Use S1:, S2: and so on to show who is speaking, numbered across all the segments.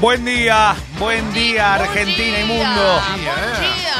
S1: Buen día, buen día Argentina y mundo.
S2: Bom dia.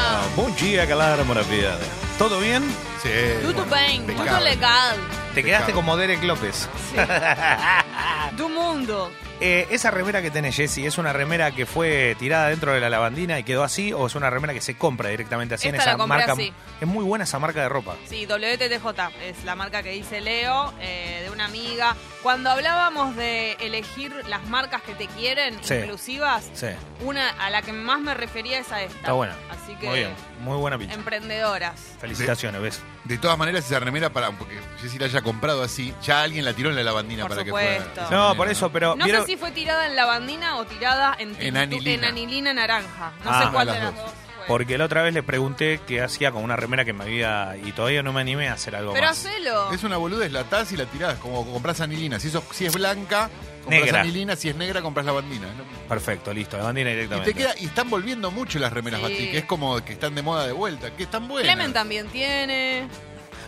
S1: Buen día, Calabria Morapiedad. ¿Todo bien?
S3: Sí.
S2: Tudo
S3: bueno,
S2: bem, muito
S3: impecable.
S2: legal.
S1: Te quedaste como Derek López.
S2: Do mundo.
S1: Eh, esa remera que tenés, Jessy, ¿es una remera que fue tirada dentro de la lavandina y quedó así? ¿O es una remera que se compra directamente así en esa
S2: Esta la compré
S1: marca?
S2: así.
S1: Es muy buena esa marca de ropa.
S2: Sí, WTTJ es la marca que dice Leo, eh, de una amiga. Cuando hablábamos de elegir las marcas que te quieren,
S1: Sí.
S2: inclusivas,
S1: Sí,
S2: una a la que más me refería es a esta.
S1: está buena.
S2: Así que, em-
S1: Muy bien, muy buena pinta.
S2: emprendedoras.
S1: Felicitaciones, ¿ves?
S3: De todas maneras, esa remera, para, porque Jessy la haya comprado así, ya alguien la tiró en la lavandina
S2: Por
S3: para que
S2: supuesto.
S3: fuera. de esa
S1: No,
S3: manera,
S1: por eso, pero...
S2: No
S1: ¿vieron?
S2: sé si fue tirada en lavandina o tirada en,
S3: En anilina.
S2: en anilina naranja. No
S1: Ah.
S2: sé cuál
S3: Una
S2: de
S3: de
S2: las
S3: las
S2: dos. fue.
S1: Porque la otra vez le pregunté qué hacía con una remera que me había... Y todavía no me animé a hacer algo
S2: Pero
S1: más.
S2: hacelo.
S3: Es una boludez, la atás y la tirás, como compras anilina. Si, eso, si es blanca, compras
S1: Negra.
S3: anilina, si es negra, compras lavandina. Es lo mismo.
S1: Perfecto, listo, lavandina
S3: Y
S1: directamente.
S3: te queda, y están volviendo mucho las remeras
S2: Sí.
S3: batik, que es como que están de moda de vuelta, que están buenas.
S2: Clemen también tiene.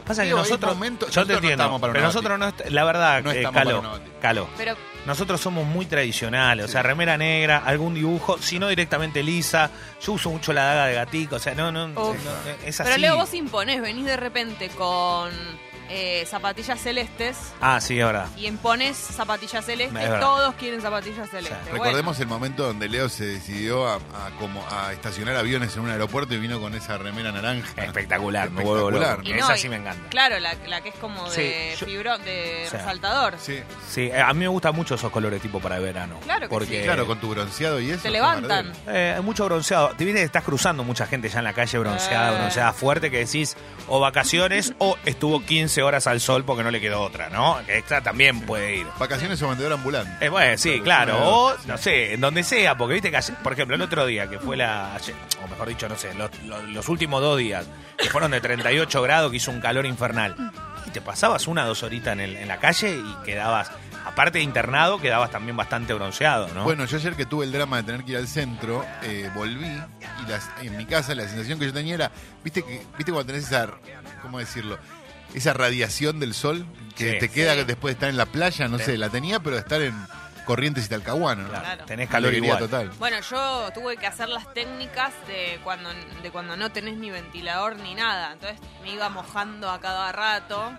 S1: Pasa que
S3: Digo, es
S1: nosotros, yo
S3: momento-
S1: te
S3: nosotros no
S1: entiendo,
S3: estamos para
S1: pero
S3: una
S1: nosotros no, est- la verdad,
S3: No
S1: eh,
S3: estamos para
S1: caló,
S3: una batida.
S1: caló.
S2: Pero
S1: Nosotros somos muy tradicionales, o
S3: Sí.
S1: sea, remera negra, algún dibujo, si no directamente lisa. Yo uso mucho la daga de gatico, o sea, no, no,
S2: Uf.
S1: no, no, es así.
S2: Pero Leo, vos imponés, venís de repente con eh, zapatillas celestes
S1: Ah, sí, es verdad.
S2: y impones zapatillas
S1: Es
S2: celestes,
S1: verdad.
S2: todos quieren zapatillas celestes. Bueno,
S3: Recordemos el momento donde Leo se decidió a, a como a estacionar aviones en un aeropuerto y vino con esa remera naranja.
S1: Espectacular, me vuelvo
S3: Espectacular,
S1: loco.
S3: ¿no?
S1: Esa
S2: y-
S1: sí me encanta.
S2: Claro, la, la que es como de
S1: Sí, yo-
S2: fibrón, de
S1: o sea,
S2: resaltador.
S3: Sí.
S1: Sí, eh, a mí me gustan mucho esos colores tipo para verano.
S2: Claro que
S1: porque,
S2: sí.
S3: Claro, con tu bronceado y eso.
S2: Te
S3: es
S2: levantan.
S3: bardero.
S1: Eh, hay mucho bronceado. Te viste que estás cruzando mucha gente ya en la calle bronceada,
S2: Eh.
S3: Ah.
S1: bronceada fuerte, que decís o vacaciones o estuvo 15 horas al sol porque no le quedó otra, ¿no? Que esta también puede ir.
S3: Vacaciones o vendedor ambulante.
S1: Eh, bueno, sí, claro.
S3: Claro.
S1: O, no sé, en donde sea, porque viste que ayer, por ejemplo, el otro día, que fue la. ayer- o mejor dicho, no sé, los, los- los últimos dos días, que fueron de 38 grados, que hizo un calor infernal. Y te pasabas una dos horitas en, el- en la calle y quedabas, aparte de internado, quedabas también bastante bronceado, ¿no?
S3: Bueno, yo ayer que tuve el drama de tener que ir al centro, eh, volví y las, en mi casa la sensación que yo tenía era, viste que, viste cuando tenés esa, ¿cómo decirlo? Esa radiación del sol que
S1: Sí.
S3: te queda después de estar en la playa, no
S1: Sí.
S3: sé, la tenía, pero de estar en Corrientes y Talcahuano, ¿no?
S1: Claro,
S2: claro.
S1: Tenés calor
S3: Alegría
S1: igual.
S3: total.
S2: Bueno, yo tuve que hacer las técnicas de cuando, de cuando no tenés ni ventilador ni nada. Entonces me iba mojando a cada rato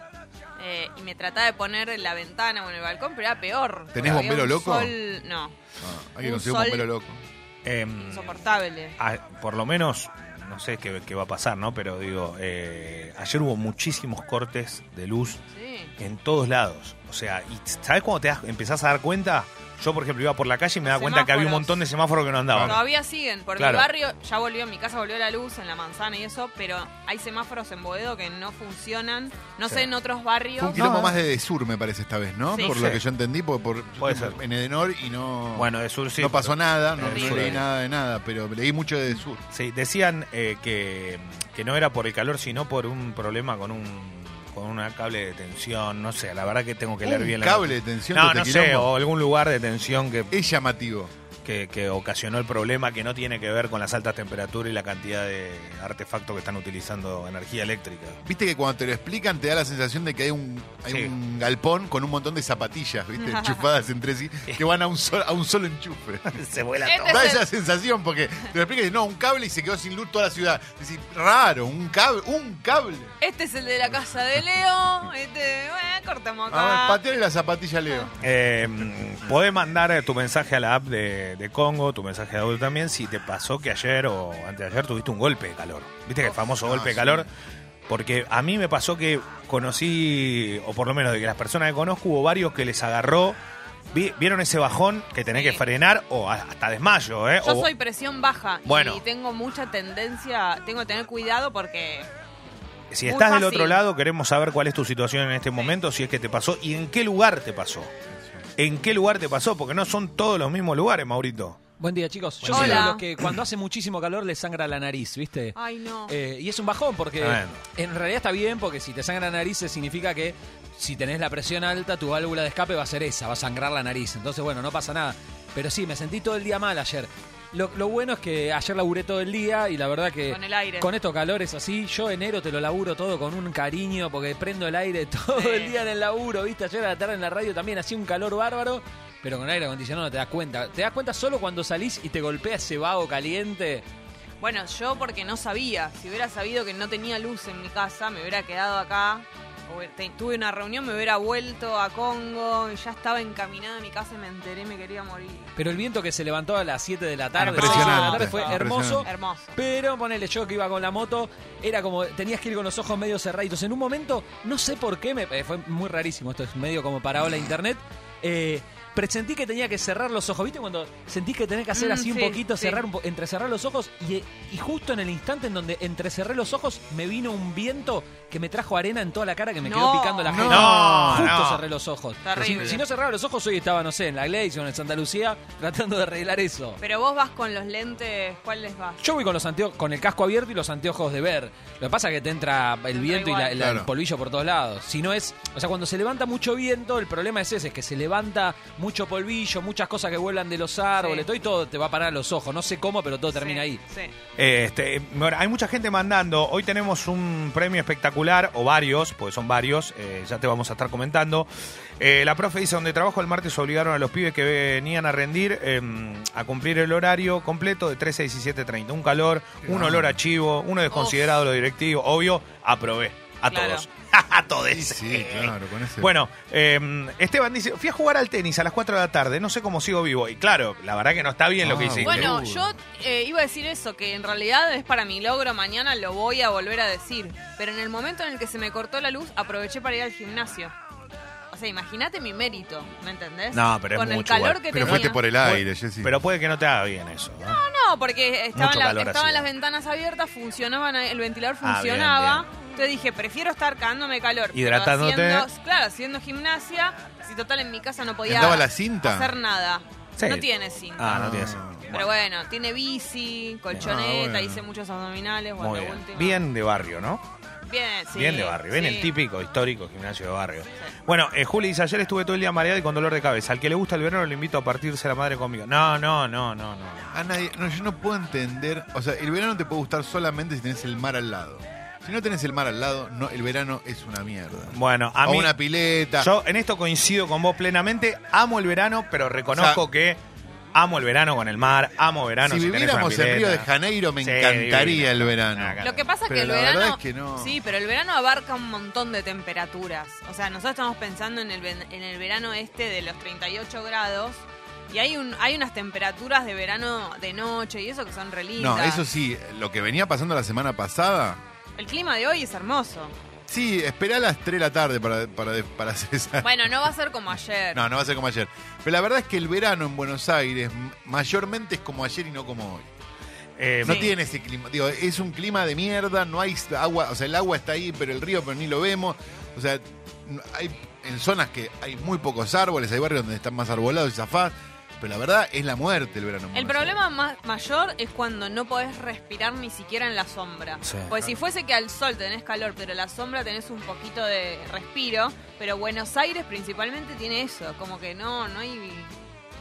S2: eh, y me trataba de poner en la ventana o en el balcón, pero era peor.
S3: ¿Tenés
S2: porque había
S3: bombero
S2: un
S3: loco?
S2: sol- no,
S3: Ah, hay que
S2: Un
S3: conseguir un
S2: sol-
S3: bombero loco.
S1: Em,
S2: insoportable.
S1: a- por lo menos, no sé qué, qué va a pasar, ¿no? Pero digo, eh, ayer hubo muchísimos cortes de luz
S2: Sí.
S1: en todos lados. O sea, y ¿sabes cuando te das- empezás a dar cuenta? Yo, por ejemplo, iba por la calle y me
S2: Los
S1: daba cuenta que había un
S2: semáforos.
S1: montón de semáforos que no
S3: Ah.
S1: andaban.
S2: Todavía siguen, por
S1: Claro.
S2: mi barrio ya volvió, en mi casa volvió la luz, en la manzana y eso, pero hay semáforos en Boedo que no funcionan. No
S1: Sí.
S2: sé en otros
S3: Fue un
S2: barrios.
S3: quilombo
S1: No.
S3: más de, de sur, me parece, esta vez, ¿no?
S2: Sí.
S3: Por
S1: Sí.
S3: lo que yo entendí, porque por, yo
S1: Puede
S3: estuve
S1: ser.
S3: en Edenor y no,
S1: Bueno, de sur sí.
S3: no pasó nada, no,
S1: Eh,
S3: no
S2: sí.
S3: leí nada de nada, pero leí mucho de sur.
S1: Sí, decían eh, que, que no era por el calor, sino por un problema con un con una cable de tensión. No sé, la verdad que tengo que leer
S3: Un
S1: bien la
S3: cable de
S1: noticia.
S3: tensión
S1: No,
S3: que
S1: no
S3: te
S1: sé,
S3: quilombo.
S1: o algún lugar de tensión que,
S3: Es llamativo.
S1: que, que ocasionó el problema que no tiene que ver con las altas temperaturas y la cantidad de artefactos que están utilizando energía eléctrica.
S3: Viste que cuando te lo explican te da la sensación de que hay un, hay
S1: Sí.
S3: un galpón con un montón de zapatillas, ¿viste? Enchufadas entre sí, que van a un, sol- a un solo enchufe.
S1: Se vuela
S2: Este
S1: todo.
S3: Da esa sensación porque te lo explican y no, un cable y se quedó sin luz toda la ciudad. Decís, raro, un cable, un cable.
S2: Este es el de la casa de Leo. Este, bueno, cortamos acá.
S3: A ver, pateale la zapatilla, a Leo.
S1: Eh, podés mandar eh, tu mensaje a la app de, de Congo, tu mensaje de audio también, si te pasó que ayer o antes de ayer tuviste un golpe de calor. Viste que el famoso
S3: ah,
S1: golpe de
S3: sí.
S1: calor. Porque a mí me pasó que conocí, o por lo menos de que las personas que conozco, hubo varios que les agarró. vi- vieron ese bajón que tenés
S2: Sí.
S1: que frenar o a- hasta desmayo, ¿eh?
S2: Yo
S1: O-
S2: soy presión baja
S1: Bueno.
S2: y tengo mucha tendencia, tengo que tener cuidado porque
S1: Si
S2: Muy
S1: estás del
S2: fácil.
S1: otro lado, queremos saber cuál es tu situación en este momento, si es que te pasó y en qué lugar te pasó. ¿En qué lugar te pasó? Porque no son todos los mismos lugares, Maurito.
S4: Buen día, chicos. Yo
S2: Buen
S4: soy
S2: día.
S4: de los que cuando hace muchísimo calor les sangra la nariz, ¿viste?
S2: ay no.
S4: Eh, y es un bajón porque
S1: Tremendo.
S4: en realidad está bien porque si te sangra la nariz significa que si tenés la presión alta tu válvula de escape va a ser esa, va a sangrar la nariz. Entonces, bueno, no pasa nada. Pero sí, me sentí todo el día mal ayer. Lo, lo bueno es que ayer laburé todo el día y la verdad que
S2: Con el aire.
S4: con estos calores así, yo enero te lo laburo todo con un cariño porque prendo el aire todo
S2: Sí.
S4: el día en el laburo, viste, ayer a la tarde en la radio también hacía un calor bárbaro, pero con aire acondicionado no te das cuenta. Te das cuenta solo cuando salís y te golpea ese vago caliente.
S2: Bueno, yo porque no sabía. Si hubiera sabido que no tenía luz en mi casa, me hubiera quedado acá. O te- Tuve una reunión, me hubiera vuelto a Congo. y Ya estaba encaminada a mi casa y me enteré, me quería morir.
S4: Pero el viento que se levantó a las 7 de la tarde,
S3: Impresionante,
S4: seis de la tarde fue hermoso.
S3: impresionante.
S2: Hermoso.
S4: Pero ponele yo que iba con la moto, era como tenías que ir con los ojos medio cerraditos. En un momento, no sé por qué, me, eh, fue muy rarísimo, esto es medio como parabola de internet. Eh, presentí que tenía que cerrar los ojos, ¿viste? Cuando sentís que tenés que hacer
S2: Mm,
S4: así un
S2: sí,
S4: poquito,
S2: sí.
S4: cerrar, un po- entrecerrar los ojos, y, eh, y justo en el instante en donde entrecerré los ojos, me vino un viento que me trajo arena en toda la cara que me quedó
S2: No.
S4: picando la
S2: No,
S4: gente.
S1: no.
S4: justo cerré los ojos.
S2: Terrible.
S4: Si, si no cerraba los ojos, hoy estaba, no sé, en la Glaze o en Santa Lucía, tratando de arreglar eso.
S2: Pero vos vas con los lentes, ¿cuáles vas?
S4: Yo voy con los anteojos, con el casco abierto y los anteojos de ver. Lo que pasa es que te entra el viento y la-
S2: igual.
S4: la- el
S3: Claro.
S4: polvillo por todos lados. Si no es, o sea, cuando se levanta mucho viento, el problema es ese, es que se levanta mucho polvillo, muchas cosas que vuelan de los árboles,
S2: Sí.
S4: todo y todo te va a parar a los ojos. No sé cómo, pero todo termina
S2: Sí,
S4: ahí.
S2: Sí.
S1: Este, bueno, hay mucha gente mandando. Hoy tenemos un premio espectacular, o varios, porque son varios, eh, ya te vamos a estar comentando. Eh, la profe dice, donde trabajo el martes obligaron a los pibes que venían a rendir eh, a cumplir el horario completo de 13 a 17.30. Un calor, un olor a chivo, uno desconsiderado de los directivos. Obvio, aprobé a
S2: Claro.
S1: todos. a todos.
S3: Sí, sí, claro, con ese.
S1: Ah. Bueno, eh, Esteban dice, fui a jugar al tenis a las 4 de la tarde, no sé cómo sigo vivo. Y claro, la verdad que no está bien lo que
S3: Ah,
S1: hiciste.
S2: Bueno,
S3: Boludo.
S2: yo eh, iba a decir eso, que en realidad es para mi logro, mañana lo voy a volver a decir. Pero en el momento en el que se me cortó la luz, aproveché para ir al gimnasio. O sea, imagínate mi mérito, ¿me entendés?
S1: No, pero es
S2: Con el
S1: mucho
S2: calor
S1: igual.
S2: que
S3: Pero
S2: tenía.
S3: fuiste por el aire, Jessy.
S1: Pero puede que no te haga bien eso. ¿no?
S2: No, porque estaban,
S1: Mucho
S2: la-
S1: calor
S2: estaban
S1: hacía.
S2: las ventanas abiertas, funcionaban, eh, el ventilador
S1: Ah, bien,
S2: funcionaba. Entonces dije, prefiero estar cagándome calor. pero
S1: Hidratándote.
S2: haciendo- claro, haciendo gimnasia. Si total en mi casa no podía
S3: ¿Andaba la cinta?
S2: hacer nada.
S1: Sí.
S2: No tiene cinta.
S1: Ah, no tiene sentido.
S2: Pero bueno, tiene bici, colchoneta,
S3: Ah, bueno.
S2: hice muchos abdominales, bueno,
S1: Muy
S2: la
S1: bien.
S2: última.
S1: Bien de barrio, ¿no?
S2: bien, sí,
S1: bien de barrio. Bien
S2: sí.
S1: el típico, histórico gimnasio de barrio. Bueno, eh, Juli dice, ayer estuve todo el día mareado y con dolor de cabeza. Al que le gusta el verano lo invito a partirse la madre conmigo. No, no, no, no, no.
S3: A nadie- no, yo no puedo entender. O sea, el verano te puede gustar solamente si tenés el mar al lado. Si no tenés el mar al lado, no, el verano es una mierda.
S1: Bueno, a
S3: o
S1: mí...
S3: una pileta.
S1: Yo en esto coincido con vos plenamente. Amo el verano, pero reconozco
S3: O sea,
S1: que amo el verano con el mar, amo verano.
S3: si
S1: ah, tenés una
S3: viviéramos en
S1: pileta.
S3: Río de Janeiro, me
S1: Sí,
S3: encantaría
S1: divino.
S3: el verano.
S1: Ah, claro.
S2: Lo que pasa es
S3: Pero
S2: que el
S3: la
S2: verano.
S3: verdad es que no.
S2: Sí, pero el verano abarca un montón de temperaturas. O sea, nosotros estamos pensando en el, ven- en el verano este de los 38 grados. Y hay, un, hay unas temperaturas de verano de noche y eso que son re lindas.
S3: No, eso sí, lo que venía pasando la semana pasada.
S2: El clima de hoy es hermoso.
S3: Sí, esperá a las 3 de la tarde para, para, para hacer esa.
S2: Bueno, no va a ser como ayer.
S3: No, no va a ser como ayer. Pero la verdad es que el verano en Buenos Aires m- mayormente es como ayer y no como hoy.
S1: Eh,
S3: No tiene ese clima. Digo, es un clima de mierda, no hay agua. O sea, el agua está ahí, pero el río pero ni lo vemos. O sea, n- hay en zonas que hay muy pocos árboles, hay barrios donde están más arbolados y zafás. Pero la verdad es la muerte el verano. en
S2: El
S3: Buenos
S2: problema ma- mayor es cuando no podés respirar ni siquiera en la sombra.
S1: Sí.
S2: Pues si fuese que al sol tenés calor, pero la sombra tenés un poquito de respiro, pero Buenos Aires principalmente tiene eso, como que no, no hay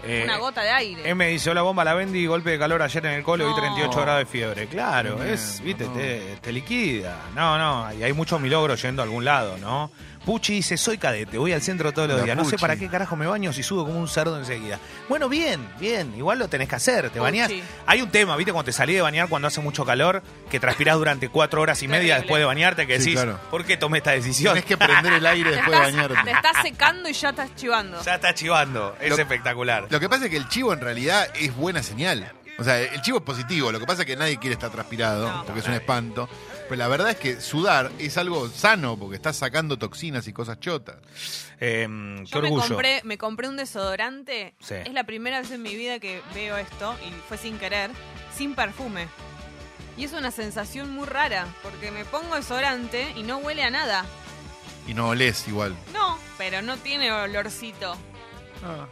S1: eh,
S2: una gota de aire.
S1: M dice, hola bomba, la vendí, golpe de calor ayer en el colo,
S2: No.
S1: y 38 grados de fiebre. Claro,
S3: Tremendo,
S1: es, viste,
S3: no.
S1: te, te liquida. No, no, y hay muchos milagros yendo a algún lado, ¿no? Puchi dice, soy cadete, voy al centro todos los
S3: La
S1: días, no sé
S3: Puchi.
S1: para qué carajo me baño si sudo como un cerdo enseguida. Bueno, bien, bien, igual lo tenés que hacer, te
S2: Puchi.
S1: bañás. Hay un tema, viste, cuando te salí de bañar cuando hace mucho calor, que transpirás durante cuatro horas y media
S2: Terrible.
S1: después de bañarte, que
S3: Sí,
S1: decís,
S3: claro.
S1: ¿por qué tomé esta decisión?
S3: Tienes que prender el aire
S2: Te
S3: después de
S2: estás,
S3: bañarte.
S2: te estás secando y ya estás chivando.
S1: Ya está chivando, es
S3: Lo-
S1: espectacular.
S3: Lo que pasa es que el chivo en realidad es buena señal. O sea, el chivo es positivo. Lo que pasa es que nadie quiere estar transpirado
S2: No.
S3: porque es un espanto. Pero la verdad es que sudar es algo sano porque estás sacando toxinas y cosas chotas.
S1: Eh, qué
S2: Yo me
S1: orgullo.
S2: compré, me compré un desodorante.
S1: Sí.
S2: Es la primera vez en mi vida que veo esto, y fue sin querer, sin perfume. Y es una sensación muy rara, porque me pongo desodorante y no huele a nada.
S3: Y no olés igual.
S2: No, pero no tiene olorcito.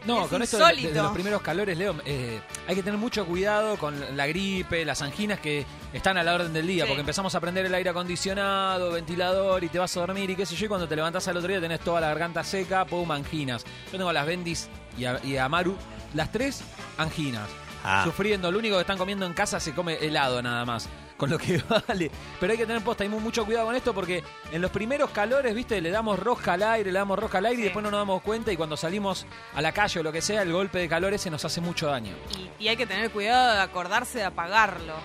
S4: No,
S2: Es
S4: con esto de- de- de,
S2: insólito.
S4: los primeros calores, Leo, eh, hay que tener mucho cuidado con la gripe, las anginas que están a la orden del día,
S2: Sí.
S4: porque empezamos a prender el aire acondicionado, ventilador y te vas a dormir y qué sé yo, y cuando te levantás al otro día tenés toda la garganta seca, pum, anginas. Yo tengo a las Bendis y a, y a Maru, las tres anginas.
S1: Ah.
S4: sufriendo. Lo único que están comiendo en casa se come helado nada más, con lo que vale. Pero hay que tener posta y mu- mucho cuidado con esto porque en los primeros calores, viste, le damos rosca al aire, le damos rosca al aire y
S2: Sí.
S4: después no nos damos cuenta y cuando salimos a la calle o lo que sea, el golpe de calor ese nos hace mucho daño.
S2: Y, y hay que tener cuidado de acordarse de apagarlo.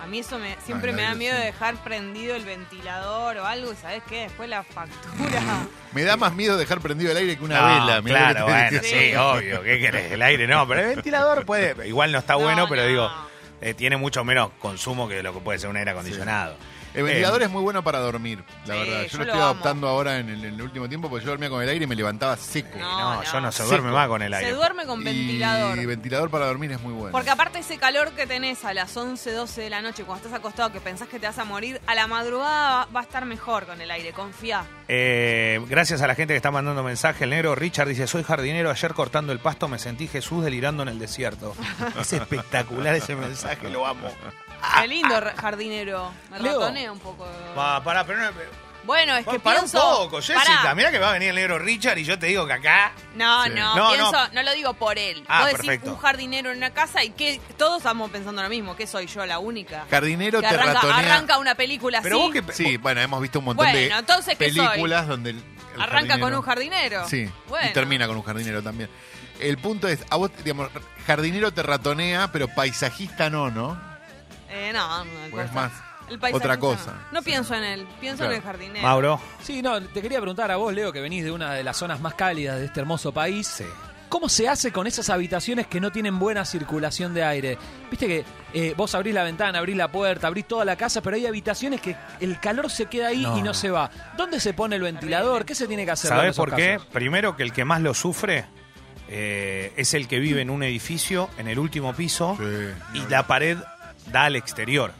S2: A mí eso me, siempre
S3: Ah,
S2: me da
S3: nadie,
S2: miedo
S3: sí.
S2: de dejar prendido el ventilador o algo y ¿sabes qué? Después la factura.
S3: Me da más miedo dejar prendido el aire que una
S1: No,
S3: vela. mirá lo
S1: claro,
S3: que te
S1: bueno,
S3: digo.
S2: digo.
S1: sí, obvio. ¿Qué querés? El aire no, pero el ventilador puede. Igual no está
S2: No,
S1: bueno, pero
S2: no.
S1: digo, eh, tiene mucho menos consumo que lo que puede ser un aire acondicionado.
S3: El ventilador
S1: Eh,
S3: es muy bueno para dormir, la
S2: Sí,
S3: verdad. Yo,
S2: yo
S3: lo
S2: lo
S3: estoy
S2: amo.
S3: adoptando ahora en el, en el último tiempo porque yo dormía con el aire y me levantaba seco.
S1: y
S2: No,
S1: no, yo no se
S3: Seco.
S1: duerme más con el aire.
S2: Se duerme con ventilador.
S3: Y ventilador para dormir es muy bueno.
S2: Porque aparte ese calor que tenés a las 11, 12 de la noche cuando estás acostado que pensás que te vas a morir, a la madrugada va- va a estar mejor con el aire, confía.
S1: Eh, gracias a la gente que está mandando mensaje. El negro Richard dice: Soy jardinero. Ayer cortando el pasto me sentí Jesús delirando en el desierto. Es espectacular ese mensaje, lo amo.
S2: Qué lindo
S3: Ah,
S2: re- jardinero, me
S4: Leo.
S2: ratonea un poco.
S1: Va, pará, pero no-
S2: Bueno, es que
S1: pará
S2: pienso...
S1: un poco, Jessica.
S2: Pará.
S1: Mirá que va a venir el negro Richard y yo te digo que acá.
S2: No,
S3: Sí.
S2: no,
S1: No,
S2: pienso,
S1: no.
S2: no. lo digo por él.
S1: Ah,
S2: Vos decís
S1: perfecto.
S2: un jardinero en una casa y que todos estamos pensando lo mismo, que soy yo la única.
S3: Jardinero
S2: que
S3: te
S2: arranca,
S3: ratonea.
S2: arranca una película
S1: Pero
S2: así,
S1: vos que.
S3: Sí, bueno, hemos visto un montón de
S2: Bueno, entonces, ¿qué soy?
S3: películas donde el, el
S2: arranca con
S3: jardinero-
S2: un jardinero.
S3: Sí,
S2: Bueno.
S3: y termina con un jardinero también. El punto es, a vos, digamos, jardinero te ratonea, pero paisajista no, ¿no?
S2: Eh, no, no,
S3: Pues
S2: cosas.
S3: más,
S2: El paisaje
S3: otra
S2: no.
S3: cosa.
S2: No pienso en él, pienso
S3: Claro.
S2: en el jardinero.
S1: Mauro.
S4: Sí, no, te quería preguntar a vos, Leo, que venís de una de las zonas más cálidas de este hermoso país.
S1: Sí.
S4: ¿Cómo se hace con esas habitaciones que no tienen buena circulación de aire? Viste que eh, vos abrís la ventana, abrís la puerta, abrís toda la casa, pero hay habitaciones que el calor se queda ahí
S1: No. Eh,
S4: y no se va. ¿Dónde se pone el ventilador? ¿Qué se tiene que hacer? en
S1: ¿Sabés
S4: esos
S1: por qué?
S4: casos?
S1: Primero que el que más lo sufre eh, es el que vive en un edificio, en el último piso,
S3: Sí, ni
S1: y
S3: hablar.
S1: la pared da al exterior.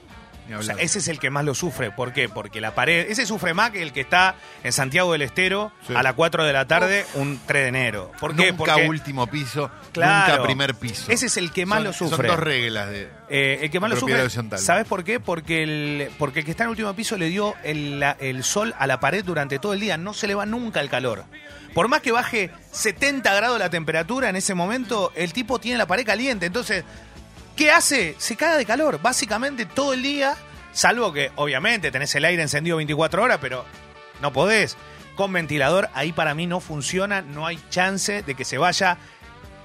S3: Ni
S1: O sea,
S3: hablar.
S1: ese es el que más lo sufre. ¿Por qué? Porque la pared. Ese sufre más que el que está en Santiago del Estero
S3: Sí.
S1: a las 4 de la tarde, un 3 de enero. ¿Por qué?
S3: Nunca
S1: Porque
S3: último piso,
S1: Claro.
S3: nunca primer piso.
S1: Ese es el que más
S3: Son-
S1: lo sufre.
S3: Son dos reglas de...
S1: eh, el que más lo
S3: Propiedad
S1: sufre.
S3: horizontal.
S1: ¿Sabes por qué? Porque el, porque el que está en el último piso le dio el, la- el sol a la pared durante todo el día. No se le va nunca el calor. Por más que baje 70 grados la temperatura en ese momento, el tipo tiene la pared caliente. Entonces, ¿Qué hace? Se caga de calor, básicamente todo el día, salvo que obviamente tenés el aire encendido 24 horas, pero no podés. Con ventilador ahí para mí no funciona, no hay chance de que se vaya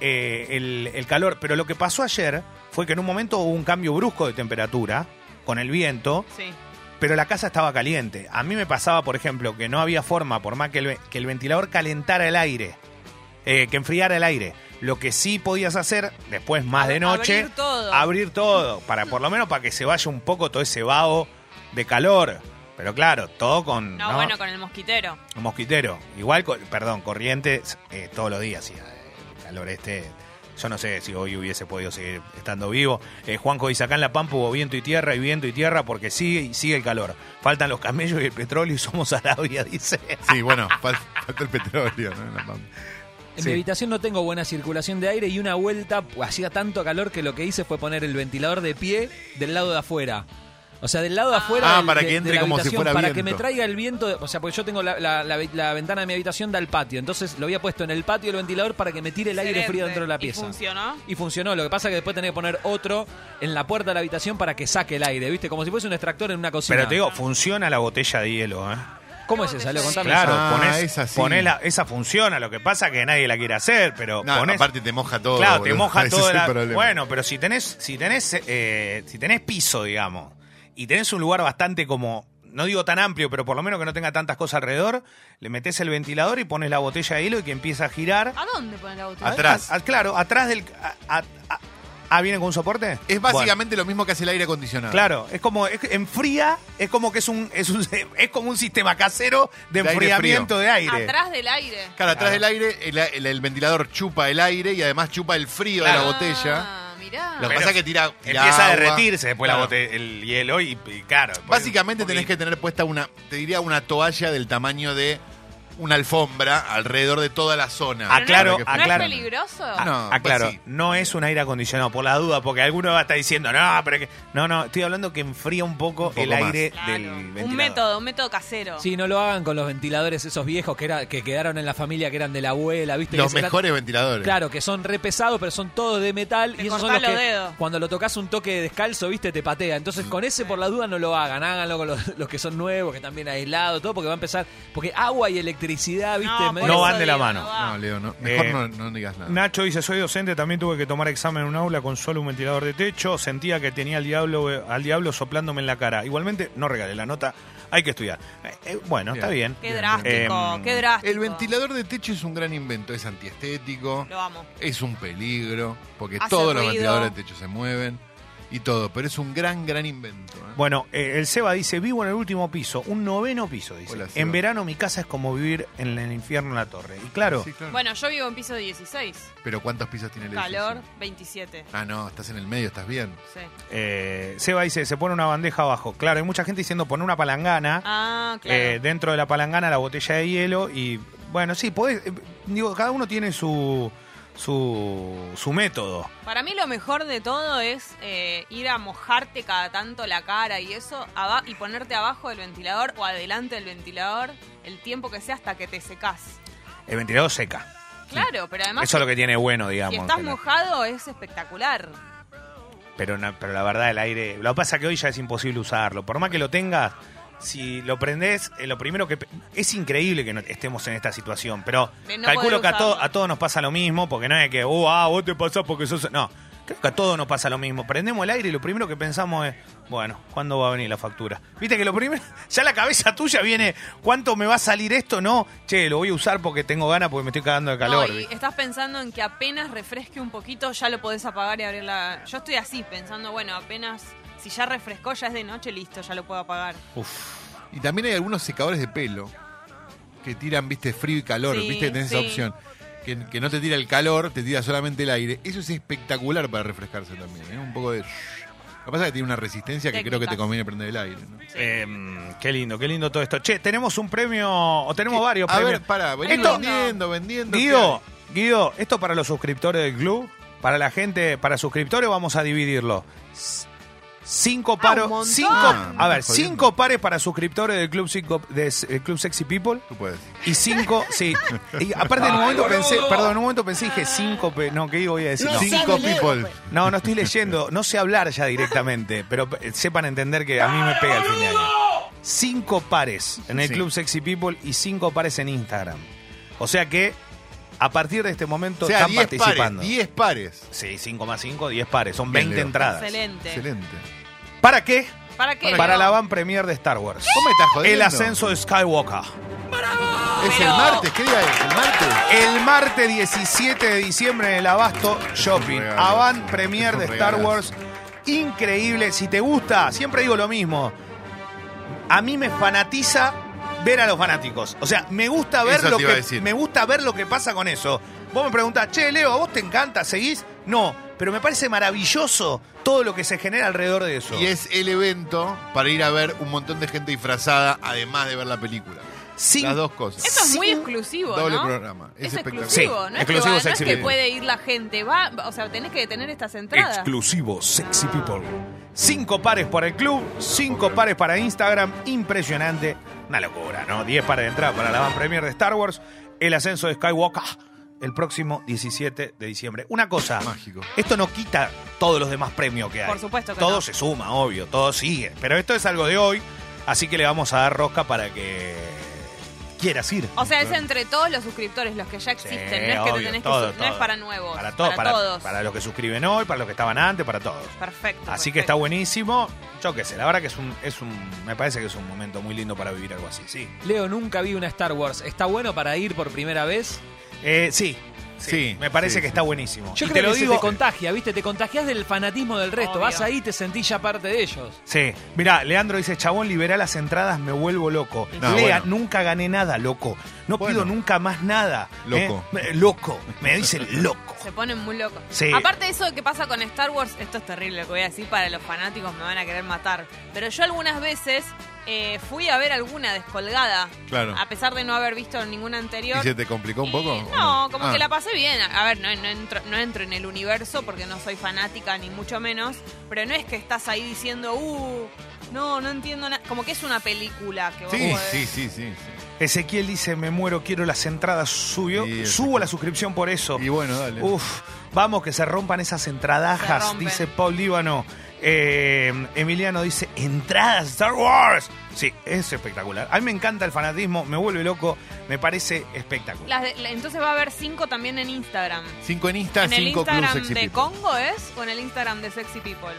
S1: eh, el, el calor. Pero lo que pasó ayer fue que en un momento hubo un cambio brusco de temperatura con el viento,
S2: Sí.
S1: pero la casa estaba caliente. A mí me pasaba, por ejemplo, que no había forma, por más que el, ve- que el ventilador calentara el aire, eh, que enfriara el aire. Lo que sí podías hacer, después más de
S2: Ab-
S1: noche,
S2: abrir todo.
S1: abrir todo, para por lo menos para que se vaya un poco todo ese vaho de calor. Pero claro, todo con,
S2: No,
S1: ¿no?
S2: bueno, con el mosquitero.
S1: Un mosquitero. Igual, co- perdón, corrientes eh, todos los días. sí, eh, el calor este. Yo no sé si hoy hubiese podido seguir estando vivo. Eh, Juanjo dice, acá en La Pampa hubo viento y tierra y viento y tierra porque sigue y sigue el calor. Faltan los camellos y el petróleo y somos Arabia, dice.
S3: Sí, bueno, fal- falta el petróleo, ¿no? En la pampa.
S4: En
S1: Sí.
S4: mi habitación no tengo buena circulación de aire y una vuelta pu- hacía tanto calor que lo que hice fue poner el ventilador de pie del lado de afuera. O sea, del lado de afuera
S3: Ah,
S4: del-
S3: para
S4: de-
S3: que
S4: de
S3: entre
S4: la
S3: como si
S4: habitación,
S3: fuera
S4: para
S3: viento.
S4: que me traiga el viento, de- o sea, porque yo tengo la, la- la- la ventana de mi habitación da al patio, entonces lo había puesto en el patio el ventilador para que me tire el aire
S2: Excelente.
S4: frío dentro de la
S2: ¿Y
S4: pieza.
S2: funcionó?
S4: Y funcionó, lo que pasa es que después tenía que poner otro en la puerta de la habitación para que saque el aire, ¿viste? Como si fuese un extractor en una cocina.
S1: Pero te digo, funciona la botella de hielo, ¿eh?
S4: ¿Cómo es esa? Leo? Contame
S1: Claro,
S4: esa.
S3: Ah,
S1: ponés-
S3: esa sí.
S1: ponés la- esa funciona. Lo que pasa que nadie la quiere hacer, pero
S3: No,
S1: ponés-
S3: aparte te moja todo.
S1: Claro, te
S3: boludo.
S1: moja
S3: Ese
S1: todo.
S3: es el
S1: la-
S3: problema.
S1: Bueno, pero si tenés, si tenés, eh, si tenés piso, digamos, y tenés un lugar bastante como, no digo tan amplio, pero por lo menos que no tenga tantas cosas alrededor, le metés el ventilador y pones la botella de hilo y que empieza a girar.
S2: ¿A dónde pones la botella?
S3: Atrás.
S1: A- a- claro, atrás del. a- a- a- ah, ¿viene con un soporte?
S3: Es básicamente lo mismo que hace el aire acondicionado.
S1: Bueno, claro, es como es, que enfría, es como que es un es un- es como un sistema casero de,
S3: De aire frío.
S1: enfriamiento de aire.
S2: Atrás del aire.
S3: Claro, atrás del aire, el, el- el ventilador chupa el aire y además chupa el frío de
S2: Ah,
S3: la botella.
S2: mirá.
S3: Lo que
S1: Pero
S3: pasa es que tira, tira
S1: Empieza a
S3: agua.
S1: derretirse después la
S3: Claro.
S1: bote- el hielo y, y claro.
S3: Básicamente
S1: porque-
S3: tenés que tener puesta una, te diría una toalla del tamaño de una alfombra alrededor de toda la zona.
S1: Ah, claro,
S3: Para que-
S2: ¿No
S1: aclaro.
S2: es peligroso?
S1: Ah,
S3: No,
S1: aclaro,
S3: pues sí.
S1: no es un aire acondicionado, por la duda, porque alguno va a estar diciendo, no, pero que... No, no, estoy hablando que enfría un poco,
S3: Un poco
S1: el
S3: más.
S1: aire
S2: Claro.
S1: del
S2: Un
S1: ventilador.
S2: método, un método casero.
S4: Sí, no lo hagan con los ventiladores esos viejos que, era, que quedaron en la familia, que eran de la abuela, ¿viste?
S3: Los
S4: Que se la-
S3: mejores ventiladores.
S4: Claro, que son re pesados, pero son todos de metal.
S2: Te
S4: y esos son
S2: cortás
S4: los que
S2: los dedos.
S4: cuando lo tocas un toque descalzo, viste, te patea. Entonces, con ese por la duda no lo hagan. Háganlo con los, los que son nuevos, que están bien aislados, todo, porque va a empezar. Porque agua y electricidad, viste,
S2: No,
S4: medio-
S2: por eso
S1: van de la
S2: digo,
S1: mano.
S2: no va.
S3: No, Leo, no. mejor
S1: Eh,
S3: no, no digas nada.
S1: Nacho dice, soy docente, también tuve que tomar examen en un aula con solo un ventilador de techo, sentía que tenía al diablo, eh, al diablo soplándome en la cara. Igualmente, no regalé la nota, hay que estudiar. Eh, eh, bueno,
S3: Bien.
S1: está bien.
S2: Qué drástico,
S1: Em,
S2: qué drástico.
S3: El ventilador de techo es un gran invento, es antiestético,
S2: Lo amo.
S3: es un peligro, porque
S2: Hace
S3: todos los
S2: ruido.
S3: ventiladores de techo se mueven y todo, pero es un gran, gran invento. ¿eh?
S1: Bueno, eh, el Seba dice, vivo en el último piso, un noveno piso, dice.
S3: Hola, Seba.
S1: en verano mi casa es como vivir en el infierno en la torre. Y claro,
S3: Sí, claro.
S2: Bueno, yo vivo en piso 16.
S3: Pero ¿cuántos pisos tiene el edificio?
S2: Calor 27.
S3: Ah, no, estás en el medio, estás bien.
S2: Sí.
S1: eh, Seba dice, se pone una bandeja abajo. Claro, hay mucha gente diciendo, pon una palangana.
S2: Ah, claro.
S1: Eh, dentro de la palangana la botella de hielo y bueno, sí, podés, eh, digo, cada uno tiene su su, su método.
S2: Para mí lo mejor de todo es eh, ir a mojarte cada tanto la cara y eso aba- y ponerte abajo del ventilador o adelante del ventilador el tiempo que sea hasta que te secas.
S1: El ventilador seca.
S2: Claro, pero además
S1: Eso es lo que tiene bueno, digamos.
S2: si estás
S1: que la-
S2: mojado es espectacular.
S1: pero, na- pero la verdad, el aire. Lo que pasa es que hoy ya es imposible usarlo. Por más que lo tengas, si lo prendés, eh, lo primero que. pe- Es increíble que no estemos en esta situación, pero
S2: De no
S1: calculo
S2: poder
S1: que a, to-
S2: usarlo.
S1: a todos nos pasa lo mismo, porque no es que, oh, ah, vos te pasás porque sos. No, creo que a todos nos pasa lo mismo. Prendemos el aire y lo primero que pensamos es, bueno, ¿cuándo va a venir la factura? Viste que lo primero. Ya la cabeza tuya viene, ¿cuánto me va a salir esto? No, che, lo voy a usar porque tengo ganas, porque me estoy cagando de calor.
S2: No, y
S1: ¿viste?
S2: estás pensando en que apenas refresque un poquito ya lo podés apagar y abrir la... Yo estoy así pensando, bueno, apenas si ya refrescó ya es de noche, listo, ya lo puedo apagar.
S3: Y también hay algunos secadores de pelo que tiran, viste, frío y calor,
S2: Sí,
S3: viste, tenés esa
S2: sí.
S3: opción. Que, que no te tira el calor, te tira solamente el aire. Eso es espectacular para refrescarse también, ¿eh? Un poco de... Lo que pasa es que tiene una resistencia que creo que te
S2: Técnicas.
S3: conviene prender el aire, ¿no?
S1: Em, qué lindo, qué lindo todo esto. Che, tenemos un premio, o tenemos varios
S3: A
S1: premios.
S3: ver, pará, vení
S1: Esto-
S3: vendiendo, vendiendo.
S1: Guido, Guido, esto para los suscriptores del club, para la gente, para suscriptores vamos a dividirlo. S- Cinco paros,
S2: montón.
S1: cinco,
S3: Ah, me
S1: a ver,
S3: estás jodiendo.
S1: cinco pares para suscriptores del club, cinco, de- del club Sexy People
S3: Tú puedes.
S1: y cinco, sí. Y aparte en un momento pensé, perdón, en un momento pensé y dije cinco, pe- no, ¿qué voy a decir? No.
S3: Cinco people.
S1: No, no estoy leyendo, no sé hablar ya directamente, pero eh, sepan entender que a mí me pega el fin de año. Cinco pares en el
S3: Sí.
S1: Club Sexy People y cinco pares en Instagram. O sea que a partir de este momento
S3: o sea,
S1: están
S3: 10
S1: participando.
S3: pares. 10 pares.
S1: Sí, 5 más 5, 10 pares, son
S3: Bien,
S1: 20
S3: Leo.
S1: entradas.
S2: Excelente.
S3: Excelente.
S1: ¿Para qué?
S2: ¿Para qué?
S1: Para
S2: Pero-
S1: la van premier de Star Wars.
S3: ¿Cómo me estás jodiendo?
S1: El ascenso de Skywalker.
S3: Es el
S2: Pero-
S3: martes, ¿qué día es? El martes.
S1: El martes 17 de diciembre en el Abasto Shopping.
S3: un regalo.
S1: Avant Premier
S3: Es
S1: de
S3: un
S1: Star
S3: regalazo.
S1: Wars. Increíble. Si te gusta, siempre digo lo mismo. A mí me fanatiza ver a los fanáticos. O sea, me gusta ver
S3: Eso te
S1: lo
S3: iba a
S1: que
S3: decir.
S1: me gusta ver lo que pasa con eso. Vos me preguntás, "Che, Leo, ¿a vos te encanta? ¿Seguís?" No, pero me parece maravilloso todo lo que se genera alrededor de eso.
S3: Y es el evento para ir a ver un montón de gente disfrazada, además de ver la película.
S1: Sin-
S3: Las dos cosas.
S2: Eso es muy
S1: Sin
S2: exclusivo,
S3: doble
S2: ¿no?
S3: programa.
S2: Es,
S3: Es espectacular.
S2: exclusivo,
S1: Sí,
S2: ¿no? Es que
S1: exclusivo
S2: va- no es
S1: Sexy
S2: que
S1: People.
S2: puede ir la gente, va, o sea, tenés que tener estas entradas.
S1: Exclusivo Sexy People. Cinco pares para el club, cinco pares para Instagram. Impresionante. Una locura, ¿no? Diez pares de entrada para la van premier de Star Wars. El ascenso de Skywalker ah, el próximo 17 de diciembre. Una cosa.
S3: Mágico.
S1: Esto no quita todos los demás premios que hay.
S2: Por supuesto que
S1: Todo
S2: no.
S1: se suma, obvio. Todo sigue. Pero esto es algo de hoy. Así que le vamos a dar rosca para que quieras ir.
S2: O sea, es entre todos los suscriptores, los que ya existen,
S1: Sí,
S2: no es que te
S1: obvio,
S2: tenés
S1: todo,
S2: que su- no es
S1: todo.
S2: para nuevos,
S1: Para, todos, para,
S2: todos.
S1: para los que suscriben hoy, para los que estaban antes, para todos.
S2: Perfecto.
S1: Así que está
S2: perfecto.
S1: buenísimo. Yo qué sé, la verdad que es un, es un. Me parece que es un momento muy lindo para vivir algo así, sí.
S4: Leo, nunca vi una Star Wars. ¿Está bueno para ir por primera vez?
S1: Eh, sí, sí.
S3: Sí,
S1: Me parece
S3: sí,
S1: que
S3: sí.
S1: está buenísimo.
S4: Yo
S1: y te
S4: creo
S1: lo
S4: que se
S1: digo.
S4: te contagia, ¿viste? Te contagias del fanatismo del resto.
S2: Obvio.
S4: Vas ahí y te sentís ya parte de ellos.
S1: Sí, mirá, Leandro dice, chabón, liberá las entradas, me vuelvo loco.
S3: No,
S1: Lea,
S3: bueno.
S1: nunca gané nada, loco. No
S3: Bueno.
S1: pido nunca más nada. ¿eh?
S3: Loco.
S1: Eh, Loco. Me dicen loco.
S2: Se ponen muy locos.
S1: Sí.
S2: Aparte de eso que pasa con Star Wars, esto es terrible lo que voy a decir para los fanáticos, me van a querer matar. Pero yo algunas veces eh, fui a ver alguna descolgada.
S3: Claro.
S2: A pesar de no haber visto ninguna anterior.
S3: ¿Y se te complicó un
S2: Y
S3: poco?
S2: No, como
S3: Ah,
S2: que la pasé bien. A ver, no, no entro, no entro en el universo porque no soy fanática ni mucho menos, pero no es que estás ahí diciendo, uh, no, no entiendo nada. Como que es una película que vos
S3: Sí,
S2: podés-
S3: sí, sí, sí, sí.
S1: Ezequiel dice, me muero, quiero las entradas, subió,
S3: Sí, Ezequiel.
S1: subo la suscripción por eso.
S3: Y bueno, dale.
S1: Uf, vamos que se rompan esas
S2: Se
S1: entradajas,
S2: rompen.
S1: dice Paul Líbano. Eh, Emiliano dice, entradas Star Wars. Sí, es espectacular. A mí me encanta el fanatismo, me vuelve loco, me parece espectacular.
S2: Las de- la- entonces va a haber cinco también en Instagram.
S3: Cinco en Insta,
S2: ¿En el
S3: cinco Club
S2: Instagram
S3: Sexy
S2: de
S3: People.
S2: Congo es o en el Instagram de Sexy People?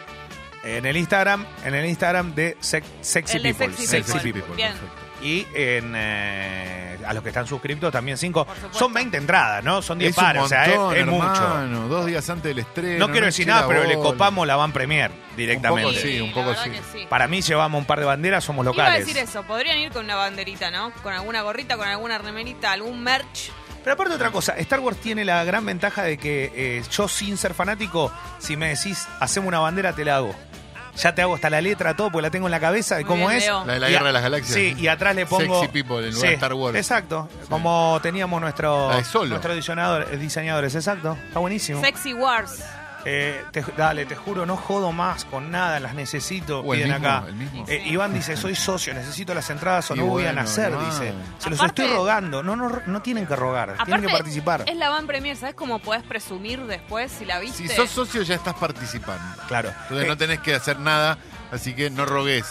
S1: En el Instagram, en el Instagram de Sex- Sexy
S2: El de
S1: People.
S2: Sexy
S3: Sexy
S2: People.
S3: People,
S2: Bien.
S3: perfecto.
S1: Y en, eh, a los que están suscriptos también cinco.
S2: Por supuesto.
S1: Son 20 entradas, ¿no? Son 10
S3: Es un
S1: pares, o sea, es,
S3: montón,
S1: es mucho.
S3: hermano, Dos días antes del estreno.
S1: No quiero decir
S3: hinché la
S1: nada, pero le
S3: bola.
S1: copamos la Van Premier
S3: Un
S1: directamente.
S3: poco sí, un
S2: la
S3: poco
S2: verdad
S3: sí.
S2: que sí.
S1: Para mí llevamos un par de banderas, somos
S2: Iba a
S1: locales.
S2: decir eso, podrían ir con una banderita, ¿no? Con alguna gorrita, con alguna remerita, algún merch.
S1: Pero aparte otra cosa, Star Wars tiene la gran ventaja de que eh, yo sin ser fanático, si me decís, hacemos una bandera, te la hago. Ya te hago hasta la letra, todo, porque la tengo en la cabeza de
S2: Muy
S1: cómo
S2: bien,
S1: es.
S2: Leo.
S3: La de la
S1: Y
S3: Guerra
S1: a-
S3: de las Galaxias.
S1: Sí, y atrás le pongo...
S3: Sexy People en lugar de Star Wars.
S1: Exacto, como teníamos nuestro,
S3: La de Solo.
S1: nuestros diseñador- eh, diseñadores, exacto. Está buenísimo.
S2: Sexy Wars.
S1: Eh, te ju- dale, te juro, no jodo más con nada, las necesito,
S3: O el
S1: piden
S3: mismo,
S1: acá.
S3: el mismo.
S1: Eh, Iván dice, soy socio, necesito las entradas o
S3: Y
S1: no voy a
S3: bueno,
S1: nacer,
S3: Iván.
S1: dice. Se los
S2: Aparte-
S1: estoy rogando, no, no, no tienen que rogar, tienen que participar.
S2: es la van premier, ¿sabes cómo podés presumir después si la viste?
S3: Si sos socio ya estás participando.
S1: Claro.
S3: Entonces
S1: Eh,
S3: no tenés que hacer nada, así que no rogues.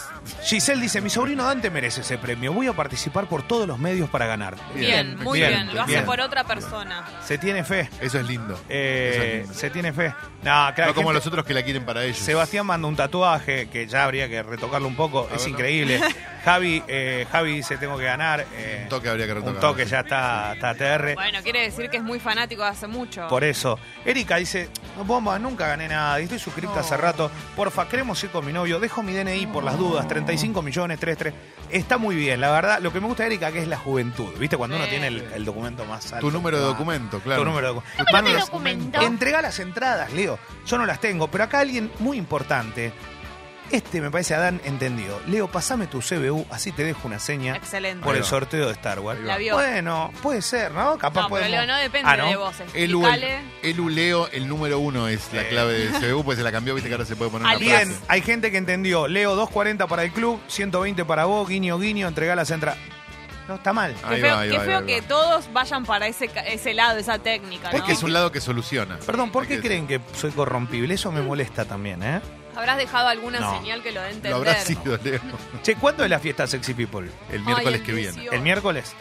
S1: Giselle dice, mi sobrino Dante merece ese premio, voy a participar por todos los medios para ganar.
S2: Bien,
S3: Bien,
S2: muy bien.
S1: bien,
S2: Lo hace
S1: bien.
S2: por otra persona.
S1: Se tiene fe.
S3: Eso es lindo.
S1: eh,
S3: Eso es lindo.
S1: se tiene fe. No, claro,
S3: no como
S1: gente-
S3: los otros que la quieren para ellos.
S1: Sebastián manda un tatuaje que ya habría que retocarlo un poco, es
S3: ver, no.
S1: increíble. Javi, eh, Javi dice tengo que ganar. eh,
S3: Un toque habría que
S1: Un
S3: retocar.
S1: toque ya está, está TR.
S2: Bueno, quiere decir que es muy fanático de hace mucho.
S1: Por eso. Erika dice, "No, bomba, nunca gané nada, y estoy suscripta hace rato. Porfa, queremos ir con mi novio, dejo mi DNI por las dudas, 35 millones, 33. Está muy bien, la verdad, lo que me gusta de Erika que es la juventud, ¿viste? Cuando uno
S2: Sí.
S1: tiene el, el documento más alto.
S3: Tu número de
S1: Ah,
S3: documento, claro.
S1: Tu número de documento.
S3: Número de
S1: Manu, las-
S3: documento.
S1: Entrega las entradas, Leo. Yo no las tengo, pero acá alguien muy importante. Este me parece Adán entendió. Leo, pasame tu CBU, así te dejo una seña
S2: Excelente.
S1: por
S3: Ahí
S1: el
S3: va.
S1: sorteo de Star Wars.
S3: Ahí va. La
S2: vio.
S1: Bueno, puede ser, ¿no? Capaz
S2: no, pero
S1: podemos-
S2: Leo, no depende
S1: Ah, ¿no?
S2: de vos. eh.
S3: El, U-
S2: Explicale.
S3: el Uleo, el número uno es la
S1: Sí.
S3: clave de CBU, pues se la cambió, viste que ahora se puede poner una
S2: Alias.
S1: Bien,
S3: frase.
S1: hay gente que entendió. Leo, 240 para el club, 120 para vos, guiño, guiño, entregá las entradas. No está mal.
S3: Ahí
S2: qué feo,
S3: va, ahí
S2: qué
S3: va, ahí
S2: feo
S3: va.
S2: que todos vayan para ese, ca- ese lado, esa técnica, ¿no?
S3: Porque es un lado que soluciona.
S1: Perdón, ¿por
S3: Hay
S1: qué
S3: que-
S1: creen que soy corrompible? Eso me molesta también, ¿eh?
S2: Habrás dejado alguna
S1: No.
S2: señal que lo dé a entender.
S3: Lo habrá sido, Leo.
S1: Che, ¿cuándo es la fiesta Sexy People?
S3: El miércoles
S2: el
S3: que viene.
S2: 18.
S1: ¿El miércoles?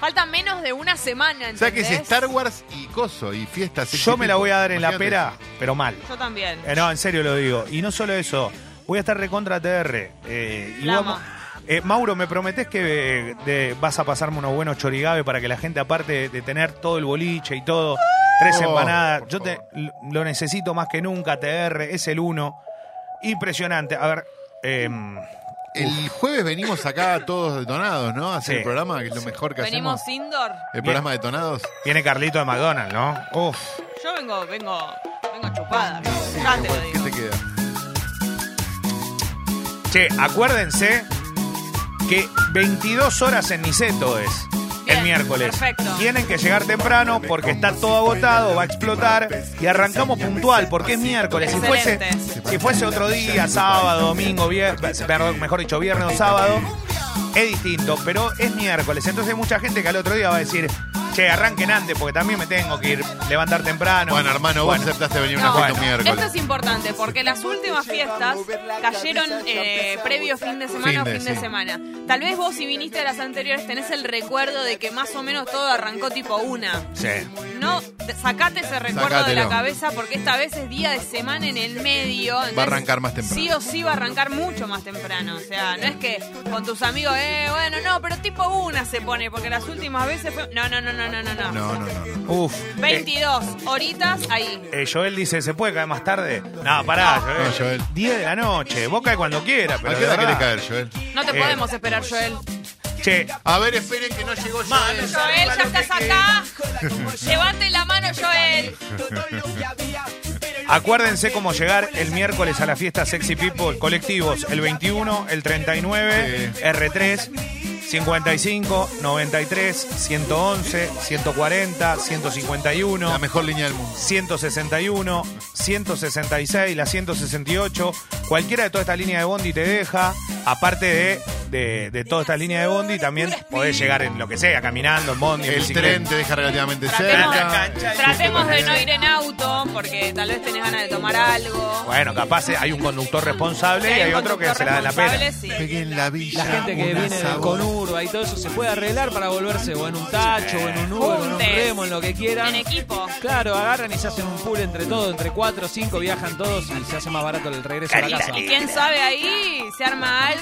S2: Falta menos de una semana,
S3: O
S2: ¿entendés?
S3: sea que es Star Wars y coso y fiestas.
S1: Yo me la voy a dar en la pera, pero mal.
S2: Yo también.
S1: Eh, no, en serio lo digo. Y no solo eso, voy a estar recontra TR. Eh, y
S2: La
S1: vamos-
S2: amo.
S1: Eh, Mauro, ¿me prometés que eh, de- vas a pasarme unos buenos chorigabe para que la gente, aparte de, de tener todo el boliche y todo, tres
S3: Oh,
S1: empanadas,
S3: por
S1: yo te, lo necesito más que nunca, TR, es el uno. Impresionante. A ver, em,
S3: El jueves venimos acá todos detonados, ¿no? A hacer
S1: Sí.
S3: el programa, que es lo mejor que
S2: Venimos
S3: hacemos.
S2: indoor.
S3: El programa detonados.
S1: viene Carlito de McDonald's, ¿no? Uf.
S2: Yo vengo, vengo, vengo chupada. Ya te lo
S3: ¿Qué
S2: digo.
S3: te queda?
S1: Che, acuérdense que 22 horas en Niceto es el
S2: Bien,
S1: miércoles.
S2: perfecto.
S1: Tienen que llegar temprano porque está todo agotado, va a explotar y arrancamos puntual porque es miércoles. Si fuese,
S2: Excelente.
S1: si fuese otro día, sábado, domingo, viernes, perdón, mejor dicho, viernes o sábado, es distinto, pero es miércoles. Entonces hay mucha gente que al otro día va a decir, che, arranquen antes porque también me tengo que ir, levantar temprano.
S3: Bueno, hermano, vos aceptaste venir una
S2: No,
S3: fiesta
S1: bueno.
S3: un
S2: Esto
S3: miércoles.
S2: es importante porque las últimas fiestas cayeron eh, previo fin de semana o
S3: Fin de,
S2: fin de
S3: sí.
S2: semana. Tal vez vos si viniste a las anteriores tenés el recuerdo de que más o menos todo arrancó tipo una.
S1: Sí.
S2: No, te- sacate ese recuerdo de
S3: Sacátelo.
S2: la cabeza porque esta vez es día de semana en el medio. entonces
S3: Va a arrancar más temprano.
S2: Sí o sí va a arrancar mucho más temprano. O sea, no es que con tus amigos, eh, bueno, no, pero tipo una se pone porque las últimas veces fue... No, no, no, no, no, no. no.
S3: No, no, no. no.
S1: Uf.
S2: 22 horitas ahí.
S1: Eh, Joel dice, ¿se puede caer más tarde? No, pará, Joel.
S3: No, Joel.
S1: 10 de la noche, vos caes cuando quieras, pero
S3: ¿A
S1: de
S3: qué hora
S1: verdad.
S3: querés caer, Joel?
S2: No te
S1: Eh,
S2: podemos esperar, Joel.
S1: Che,
S3: A ver, esperen que no llegó Joel.
S2: Joel, ya estás acá. Levante la mano, Joel.
S1: acuérdense cómo llegar el miércoles a la fiesta Sexy People, colectivos, el 21, el 39, R3, 55, 93, 111, 140,
S3: La
S1: 151.
S3: mejor línea del mundo.
S1: 161, 166, la 168. Cualquiera de toda esta línea de Bondi te deja. Aparte de, de, de toda esta línea de Bondi, también podés llegar en lo que sea, caminando, en Bondi, en
S3: El tren
S1: bicicleta.
S3: te deja relativamente
S2: Tratemos,
S3: cerca. Eh,
S2: tratemos de no ir en auto porque tal vez tenés ganas de tomar algo.
S1: Bueno, capaz eh, hay un conductor responsable
S2: Si
S1: y hay
S2: un
S1: otro que
S2: conductor
S1: se la da la pena.
S2: responsable, sí.
S3: Peguen la villa.
S4: La gente que
S3: una
S4: viene del
S3: sabor.
S4: Conurba y todo eso se puede arreglar para volverse o en un tacho, o en un Uber, o en un
S2: Juntes.
S4: remo, en lo que quieran.
S2: En equipo.
S4: Claro, agarran y se hacen un pool entre todos, entre cuatro o cinco, viajan todos y se hace más barato el regreso a la casa.
S2: Y quién sabe ahí, se arma algo.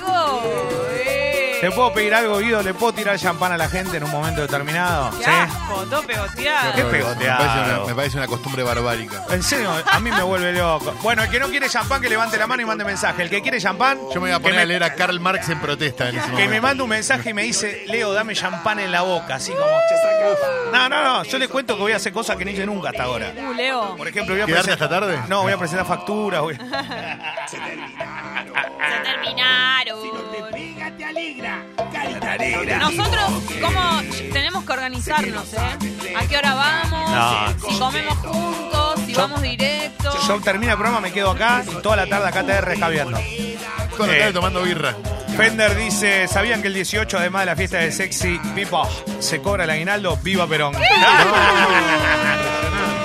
S2: Eh.
S1: ¿Te puedo pedir algo, Guido? ¿Le puedo tirar champán a la gente en un momento determinado?
S2: Qué
S1: ¿Sí?
S2: asco, todo pegoteado.
S1: Qué
S3: Me parece
S1: pegoteado.
S3: una- Me parece una costumbre barbárica.
S1: En serio, a mí me vuelve loco. Bueno, el que no quiere champán, que levante la mano y mande mensaje. El que quiere champán,
S3: Yo me voy a
S1: que
S3: poner a leer a Karl Marx en protesta en ese
S1: Que
S3: momento.
S1: me manda un mensaje y me dice, Leo, dame champán en la boca, así como. No, no, no, yo les cuento que voy a hacer cosas que no hice nunca hasta ahora.
S2: Uh, Leo.
S1: Por ejemplo, voy a
S3: ¿Quedarte
S1: presentar-
S3: hasta tarde?
S1: No, voy a presentar facturas. voy-
S2: Se terminaron. Nosotros, ¿cómo tenemos que organizarnos, eh? ¿A qué hora vamos?
S1: No.
S2: Si comemos juntos, si
S1: Yo-
S2: vamos directo.
S1: Yo termino el programa, me quedo acá y toda la tarde acá te rescabeando.
S3: Con la tarde
S1: Eh.
S3: tomando birra.
S1: Fender dice, ¿sabían que el 18, además de la fiesta de Sexy People, se cobra el aguinaldo? ¡Viva Perón!
S2: Qué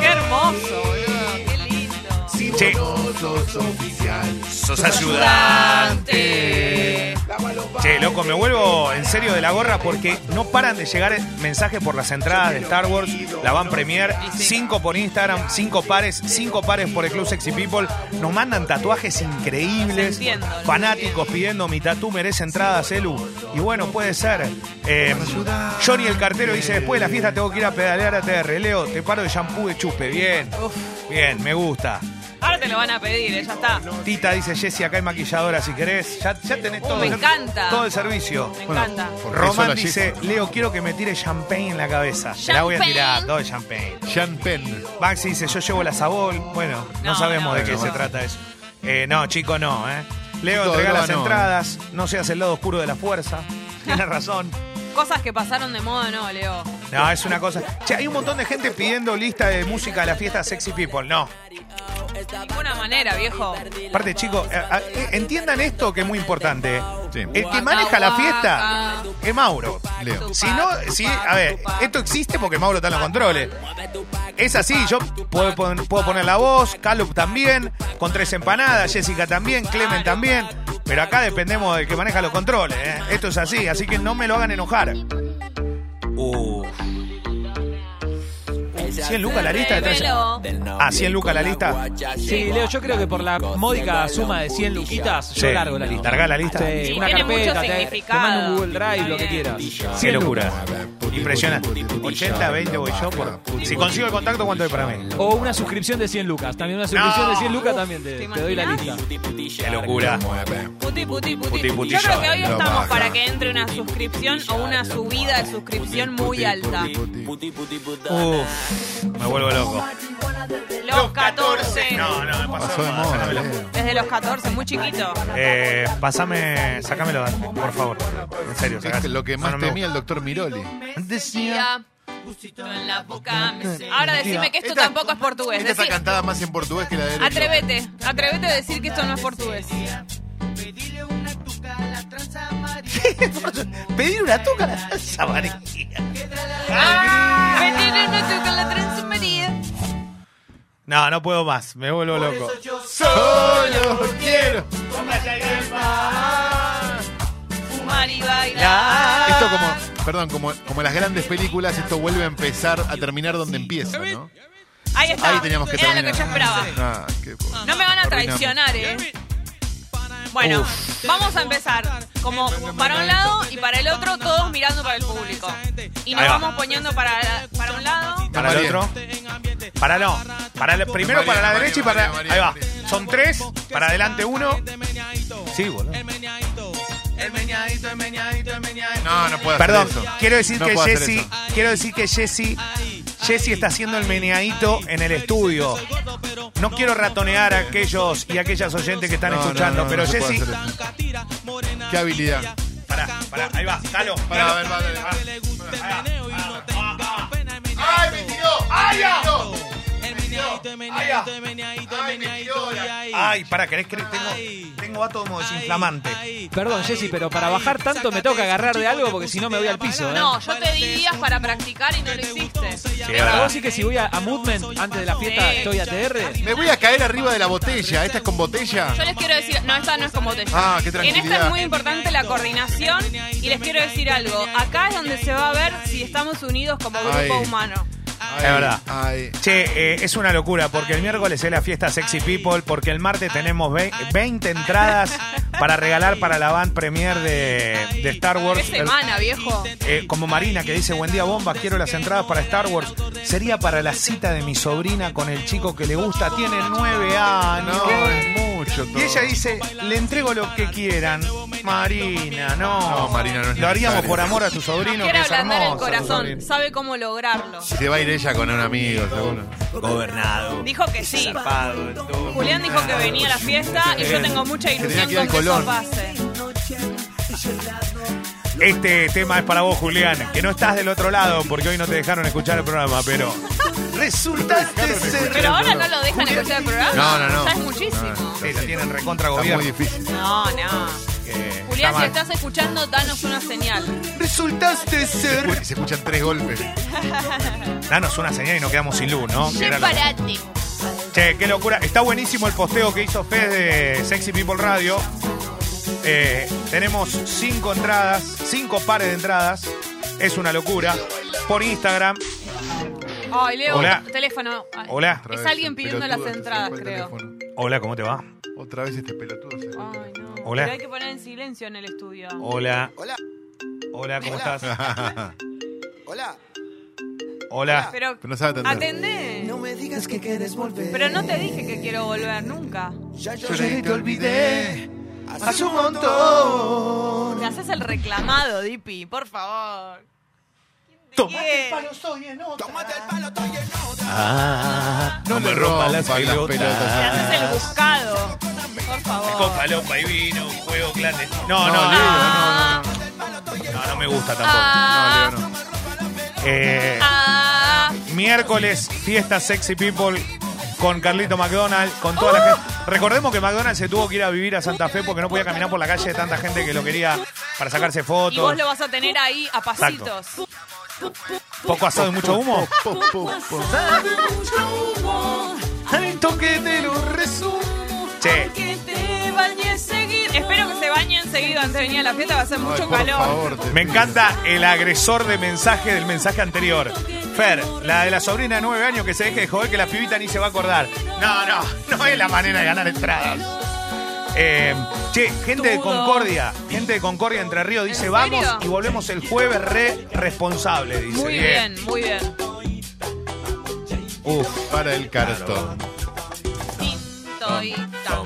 S2: hermoso, boludo. Qué lindo.
S1: Che. Sos ayudante. Che, loco, me vuelvo en serio de la gorra porque no paran de llegar mensajes por las entradas de Star Wars, la van premier, cinco por Instagram, cinco pares, cinco pares por el Club Sexy People. Nos mandan tatuajes increíbles,
S2: Se entiendo, lo
S1: fanáticos pidiendo mi tatú merece entradas, Elu. Y bueno, puede ser. Eh, Johnny el cartero dice, después de la fiesta tengo que ir a pedalear a TR. Leo, te paro de shampoo de chupe. Bien, bien, me gusta.
S2: Ahora te lo van a pedir, eh, ya está.
S1: Tita dice Jessy, acá hay maquilladora si querés. Ya, ya tenés todo.
S2: Uh, me
S1: el-
S2: encanta.
S1: Todo el servicio.
S2: Me
S3: Bueno,
S2: encanta.
S3: porque sola
S1: Román
S3: Jessy.
S1: dice, Leo, quiero que me tire champagne en la cabeza. Te la voy a
S2: Champagne.
S1: tirar, todo el champagne.
S3: Jean Penn.
S1: Maxi dice, yo llevo la sabol. Bueno, no,
S2: No,
S1: sabemos
S2: no,
S1: de qué
S3: no.
S1: se trata eso. Eh, no, chico, no, ¿eh? Leo,
S3: Chico,
S1: entrega
S3: no,
S1: las
S3: no.
S1: entradas, no seas el lado oscuro de la fuerza. Tienes razón.
S2: Cosas que pasaron de moda, no, Leo.
S1: No, es una cosa. Che, hay un montón de gente pidiendo lista de música de la fiesta Sexy People. No.
S2: De ninguna manera, viejo.
S1: Aparte, chicos, eh, eh, entiendan esto que es muy importante.
S3: Sí.
S1: El que maneja la fiesta es Mauro.
S3: Leo.
S1: Si no, si, a ver, esto existe porque Mauro está en los controles. Es así, yo puedo, pon- puedo poner la voz, Calup también, con tres empanadas, Jessica también, Clemen también. Pero acá dependemos del que maneja los controles. ¿eh? Esto es así, así que no me lo hagan enojar. Uh. 100 lucas la lista de tres.
S2: Velo.
S1: Ah, 100 lucas la lista.
S4: Sí, Leo, yo creo que por la módica suma de 100 luquitas, yo
S1: Sí.
S4: largo la lista.
S1: Largá la lista.
S4: Sí,
S2: Sí,
S4: una
S2: tiene mucho
S4: carpeta, te, te
S2: significado.
S4: mando un Google Drive,
S2: Está
S4: lo que
S2: bien.
S4: quieras.
S1: Qué
S4: 100
S1: locura.
S4: lucas.
S1: Impresionante. 80, 20 voy yo por. Si consigo el contacto, ¿cuánto es para mí?
S4: O una suscripción de 100 lucas. También una suscripción de 100 lucas también te,
S2: ¿te
S4: te doy la lista.
S2: imaginas?
S1: Qué locura.
S2: Puti, puti, puti.
S1: Puti, puti,
S2: Yo
S1: ya,
S2: creo que hoy
S3: la
S2: estamos
S3: baja.
S2: para que entre una suscripción o una subida de suscripción muy
S3: eh.
S2: alta.
S1: Uf, me vuelvo loco.
S2: Los 14.
S1: No, no, me pasó,
S3: Pasó de
S1: de moda,
S3: moda, eh.
S1: sácamelo.
S3: Leo.
S2: Desde los 14, muy chiquito.
S1: Eh, pasame, sacámelo, Dante, por favor. En serio,
S3: Es
S1: sacáselo.
S3: lo que más
S1: No, no me
S3: temía el doctor Miroli.
S1: gusta. Decía.
S2: En la boca me sé. Ahora decime que esto tampoco es portugués.
S3: Esta está
S2: Decí-
S3: cantada más en portugués que la de
S2: Atrévete, atrévete a decir que esto no es portugués.
S1: Pedir una tuca a la salsa María.
S2: Ah, Me tienen una tuca en la transmaría.
S1: No, no puedo más, me vuelvo loco.
S3: Solo ¡Oh, quiero.
S2: Fumar y bailar.
S3: Esto como, perdón, como, como las grandes películas, esto vuelve a empezar a terminar donde empieza, ¿no?
S2: Ahí está.
S3: Ahí teníamos que
S2: Era
S3: terminar.
S2: lo que yo esperaba.
S3: Ah, qué po-
S2: No me van a traicionar, ¿eh? Bueno, vamos a empezar. Como para un lado y para el otro, todos mirando para el público. Y nos
S1: Ahí va.
S2: vamos poniendo para, para un lado.
S1: Para el
S3: María.
S1: otro. Para no. Para la- primero
S3: María,
S1: para la
S3: María,
S1: derecha y
S3: María,
S1: para.
S3: María,
S1: ahí va.
S3: María.
S1: Son tres. Para adelante uno. Sí, boludo. El meñadito, el meñadito, el meñadito.
S3: No, no puedo hacer
S1: Perdón,
S3: eso.
S1: quiero decir
S3: No
S1: que
S3: puedo hacer
S1: Jessy,
S3: eso.
S1: quiero decir que Jessy, Jessy está haciendo el meneadito en el estudio. No quiero ratonear a aquellos y aquellas oyentes que están
S3: No, no,
S1: escuchando,
S3: no, no
S1: pero
S3: se puede
S1: Jessy,
S3: hacer eso. Qué habilidad.
S1: pará, pará, ahí va, calo,
S3: Pará, a ver, va, dale, va. ¡Ay, me tiró! ¡Ay, me tiró! ¡Ay, me tiró!
S1: Ay, pará, ¿querés que tengo, tengo átomo desinflamante?
S4: Perdón, Jessy, pero para bajar tanto me toca agarrar de algo porque si no me voy al piso. ¿eh?
S2: No, yo te di días para practicar y no lo hiciste.
S4: Pero
S1: verdad.
S4: vos sí que si voy a, a Movement antes de la fiesta
S2: Sí.
S4: estoy a TR.
S3: Me voy a caer arriba de la botella. ¿Esta es con botella?
S2: Yo les quiero decir, no, esta no es con botella.
S3: Ah, qué
S2: en
S3: tranquilidad.
S2: esta es muy importante la coordinación y les quiero decir algo. Acá es donde se va a ver si estamos unidos como grupo
S3: Ay.
S2: humano.
S3: Ay,
S1: Es verdad.
S3: Ay.
S1: Che, eh, es una locura porque el miércoles es la fiesta Sexy People, porque el martes tenemos ve- 20 entradas para regalar para la van premier de, de Star
S2: Qué
S1: Wars. El-
S2: semana, viejo.
S1: Eh, como Marina que dice, buen día bomba, quiero las entradas para Star Wars. Sería para la cita de mi sobrina con el chico que le gusta, tiene nueve años.
S3: No, es mucho todo.
S1: Y ella dice, le entrego lo que quieran. Marina, no.
S3: No, Marina, no es
S1: Lo haríamos
S3: necesario.
S1: por amor a tu sobrino, que
S2: Quiere
S1: es
S2: ablandar
S1: hermoso.
S2: el corazón, sabe cómo lograrlo.
S3: Se va a ir ella con un amigo, seguro.
S1: Gobernado.
S2: Dijo que sí.
S1: Zarpado, el todo.
S2: Julián dijo que venía a la fiesta y yo tengo mucha
S3: tenía
S2: ilusión
S3: que ir al
S2: con que eso
S3: Colón.
S2: pase.
S1: Este tema es para vos, Julián, que no estás del otro lado porque hoy no te dejaron escuchar el programa, pero resultaste ser...
S2: Pero ahora no lo dejan escuchar el programa.
S3: No, no, no.
S2: Ya es muchísimo.
S1: Sí, la tienen recontra
S3: Está muy
S1: gobierno.
S3: difícil.
S2: No, no.
S1: que
S2: Julián, si
S1: mal.
S2: estás escuchando, danos una señal.
S1: Resultaste ser.
S3: Uy, Se escuchan tres golpes.
S1: Danos una señal y nos quedamos sin luz, ¿no? Que era lo-
S2: Separate.
S1: Che, qué locura. Está buenísimo el posteo que hizo Fez de Sexy People Radio. Eh, tenemos cinco entradas, cinco pares de entradas. Es una locura. Por Instagram.
S2: Ay, Leo,
S1: Hola.
S2: teléfono. Ay.
S1: Hola.
S3: Otra
S2: Es
S3: vez
S2: alguien
S3: el
S2: pidiendo
S3: pelotudo
S2: las
S3: se
S2: entradas,
S3: fue el
S2: creo.
S3: teléfono.
S1: Hola, ¿cómo te va?
S3: Otra vez este pelotudo se fue.
S2: Ay, no.
S1: Hola.
S2: Pero hay que poner en silencio en el estudio.
S1: Hola. Hola. Hola, ¿cómo
S5: Hola.
S1: estás?
S5: Hola.
S1: Hola.
S2: Pero,
S3: Pero no sabe atender.
S2: atendé.
S5: No me digas que quieres volver.
S2: Pero no te dije que quiero volver nunca.
S5: Ya yo
S3: Lloré y te olvidé.
S5: hace un montón.
S2: Te haces el reclamado, Dipi, por favor.
S1: Toma.
S2: Bien.
S5: Tómate el palo, estoy lleno.
S1: Ah,
S3: No le rompa las pelotas. Ah.
S2: Te haces el buscado. Por favor.
S1: Copa, lopa y vino, juego clandestino. No, no, no.
S2: Ah,
S1: No, no, no me gusta tampoco.
S2: ah,
S1: Eh,
S2: ah.
S1: Miércoles, fiesta Sexy People con Carlito McDonald, con toda
S2: Uh.
S1: la gente. Recordemos que McDonald se tuvo que ir a vivir a Santa Fe porque no podía caminar por la calle de tanta gente que lo quería para sacarse
S2: Y vos
S1: fotos.
S2: lo vas a tener ahí a pasitos.
S1: Poco asado y mucho humo.
S3: Po, po, po.
S1: Che,
S2: Que te bañes seguido. Espero que se bañen seguido antes de venir a la fiesta, va a hacer
S3: Ay,
S2: mucho
S3: por
S2: calor.
S3: favor, te
S1: me
S3: pido.
S1: encanta el agresor de mensaje del mensaje anterior. Fer, la de la sobrina de nueve años que se deje de joder que la pibita ni se va a acordar. No, no, no es la manera de ganar entradas. Eh, che, gente de
S2: Tudo.
S1: Concordia, gente de Concordia Entre Ríos dice
S2: ¿En
S1: vamos
S2: serio?
S1: y volvemos el jueves re responsable, dice.
S2: Muy bien, muy bien.
S1: Uf.
S3: Para el cartón.
S2: Tinto y tam.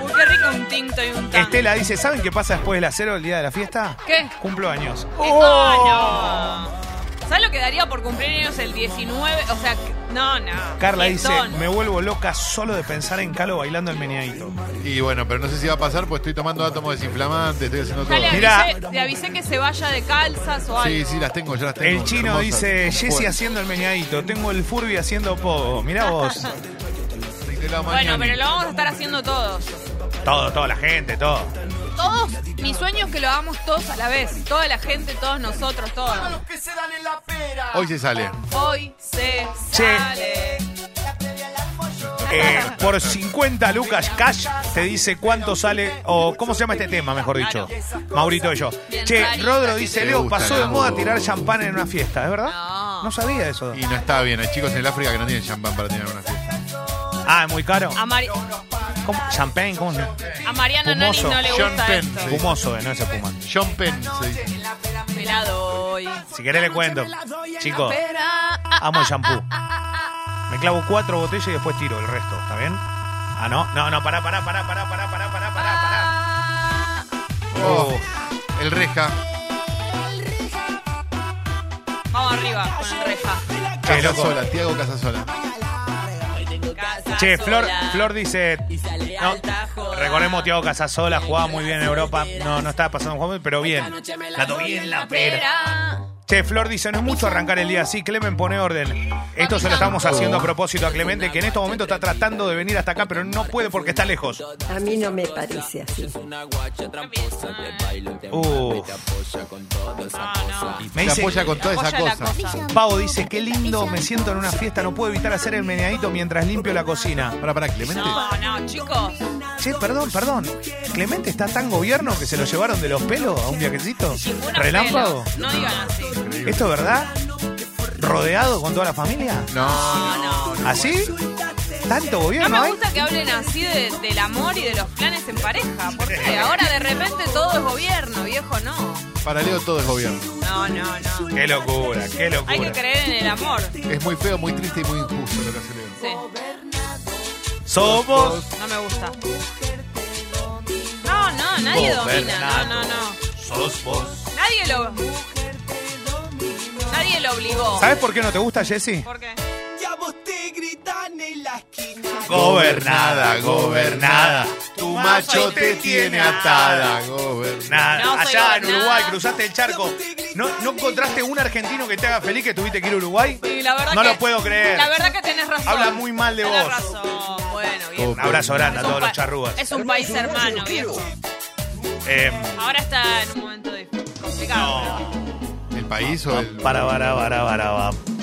S2: Uy, qué rico un tinto y un tam.
S1: Estela dice, ¿saben qué pasa después de las cero el día de la fiesta?
S2: ¿Qué?
S1: Cumplo años.
S2: Eh, oh, no. ¿Sabes lo que daría por cumplir años el 19? O sea, que- no, no.
S1: Carla dice,
S2: Fiestón.
S1: me vuelvo loca solo de pensar en Calo bailando el meneadito.
S3: Y bueno, pero no sé si va a pasar porque estoy tomando átomos desinflamantes, estoy haciendo
S2: Ya le
S3: todo.
S1: Mirá.
S2: avisé, le avisé que se vaya de calzas o algo.
S3: Sí, sí, las tengo, yo las tengo.
S1: El chino
S3: hermosas,
S1: dice,
S3: como
S1: Jessy
S3: fueron.
S1: haciendo el meneadito, tengo el Furby haciendo pogo. Mirá vos.
S3: Seis de la
S2: Bueno,
S3: mañana.
S2: pero lo vamos a estar haciendo todos.
S1: todo, toda la gente, todo.
S2: Todos, mi sueño es que lo hagamos todos a la vez. Toda la gente, todos nosotros, todos.
S3: Hoy se sale.
S2: Hoy se
S1: Che.
S2: sale.
S1: Eh, por 50 lucas cash te dice cuánto sale, o cómo se llama este tema, mejor dicho. Maurito y yo.
S2: Bien,
S1: Che,
S2: rarito.
S1: Rodro dice,
S3: Te
S1: Leo,
S3: gusta,
S1: pasó de
S3: ¿no?
S1: moda tirar champán en una fiesta, ¿es verdad?
S2: No.
S1: No sabía eso.
S3: Y no está bien, hay chicos en el África que no tienen champán para tener una fiesta.
S1: Ah, es muy caro.
S2: A, Mari-
S1: ¿Cómo? ¿Champagne? ¿Cómo se llama?
S2: a Mariana Nani
S1: Fumoso.
S2: no le
S3: Sean
S2: gusta
S3: Penn,
S2: esto.
S3: sí.
S1: Fumoso, eh, no es el Puma.
S3: John Penn, se dice.
S2: Me la doy.
S1: Si querés le cuento. Chicos,
S2: Espera.
S1: amo el shampoo. Me clavo cuatro botellas y después tiro el resto, ¿está bien? Ah, no, no, no, pará, pará, pará, pará, pará, pará, pará, pará, pará.
S2: Ah, ah,
S3: Oh, el reja.
S2: Vamos arriba con el reja.
S1: Che, loco.
S3: Casasola, Tiago Casasola.
S2: Casa
S1: Che, Flor,
S2: sola.
S1: Flor dice.
S2: Y sale alta
S1: No,
S2: joda.
S1: recordemos Tiago Casasola, jugaba muy bien en Europa. No, no estaba pasando un juego, pero bien. La doy en la pera. Che, Flor dice, no es mucho arrancar el día así. Clemen pone orden. Esto se lo estamos haciendo a propósito a Clemente, que en estos momentos está tratando de venir hasta acá, pero no puede porque está lejos.
S6: A mí no me parece así.
S2: Ah,
S1: Uf. Me
S3: Se
S1: dice,
S3: apoya con toda esa
S2: Apoya la
S3: cosa.
S2: cosa.
S1: Pavo dice, qué lindo, me siento en una fiesta, no puedo evitar hacer el meneadito mientras limpio la cocina.
S3: Para, para, Clemente.
S2: No, no, chicos.
S1: Che, perdón, perdón. ¿Clemente está tan gobierno que se lo llevaron de los pelos a un viajecito?
S2: Ninguna
S1: ¿Relámpago?
S2: pelo. No digan así.
S1: ¿Esto es verdad? ¿Rodeado con toda la familia?
S3: No,
S2: No, no.
S1: ¿Así? ¿Tanto
S2: No
S1: gobierno
S2: Ah, me
S1: hay?
S2: gusta que hablen así de- del amor y de los planes en pareja. Porque ahora de repente todo es gobierno, viejo, no.
S3: para Leo todo es gobierno.
S2: No, no, no.
S1: Qué locura, qué
S2: Hay que
S1: locura.
S2: creer en el amor. Sí.
S3: Es muy feo, muy triste y muy injusto lo que hace Leo.
S1: Somos
S2: No me gusta. No, no, nadie domina. No, no, no.
S1: Sos vos.
S2: Nadie lo. Nadie lo obligó.
S1: ¿Sabes por qué no te gusta, Jessy?
S2: ¿Por qué?
S5: Ya vos te gritan en la esquina.
S1: Gobernada, gobernada.
S3: Tu
S1: macho te tiene atada,
S3: gobernada.
S1: Nada.
S2: No soy
S1: Allá en
S2: gobernada.
S1: Uruguay cruzaste el charco. ¿No, ¿No encontraste un argentino que te haga feliz que tuviste que ir a Uruguay?
S2: Sí, la verdad
S1: no
S2: que-
S1: lo puedo creer.
S2: La verdad que tenés razón.
S1: Habla muy mal de
S2: Tenés
S1: vos.
S2: razón. Bueno, bien.
S1: Un abrazo grande a
S2: Es
S1: todos
S2: un
S1: los
S2: pa-
S1: charrúas.
S2: Es un país hermano, viejo.
S1: Eh,
S2: Ahora está en un momento difícil, complicado.
S1: no.
S3: ¿El país o el.?
S1: Para, para, para, para, para.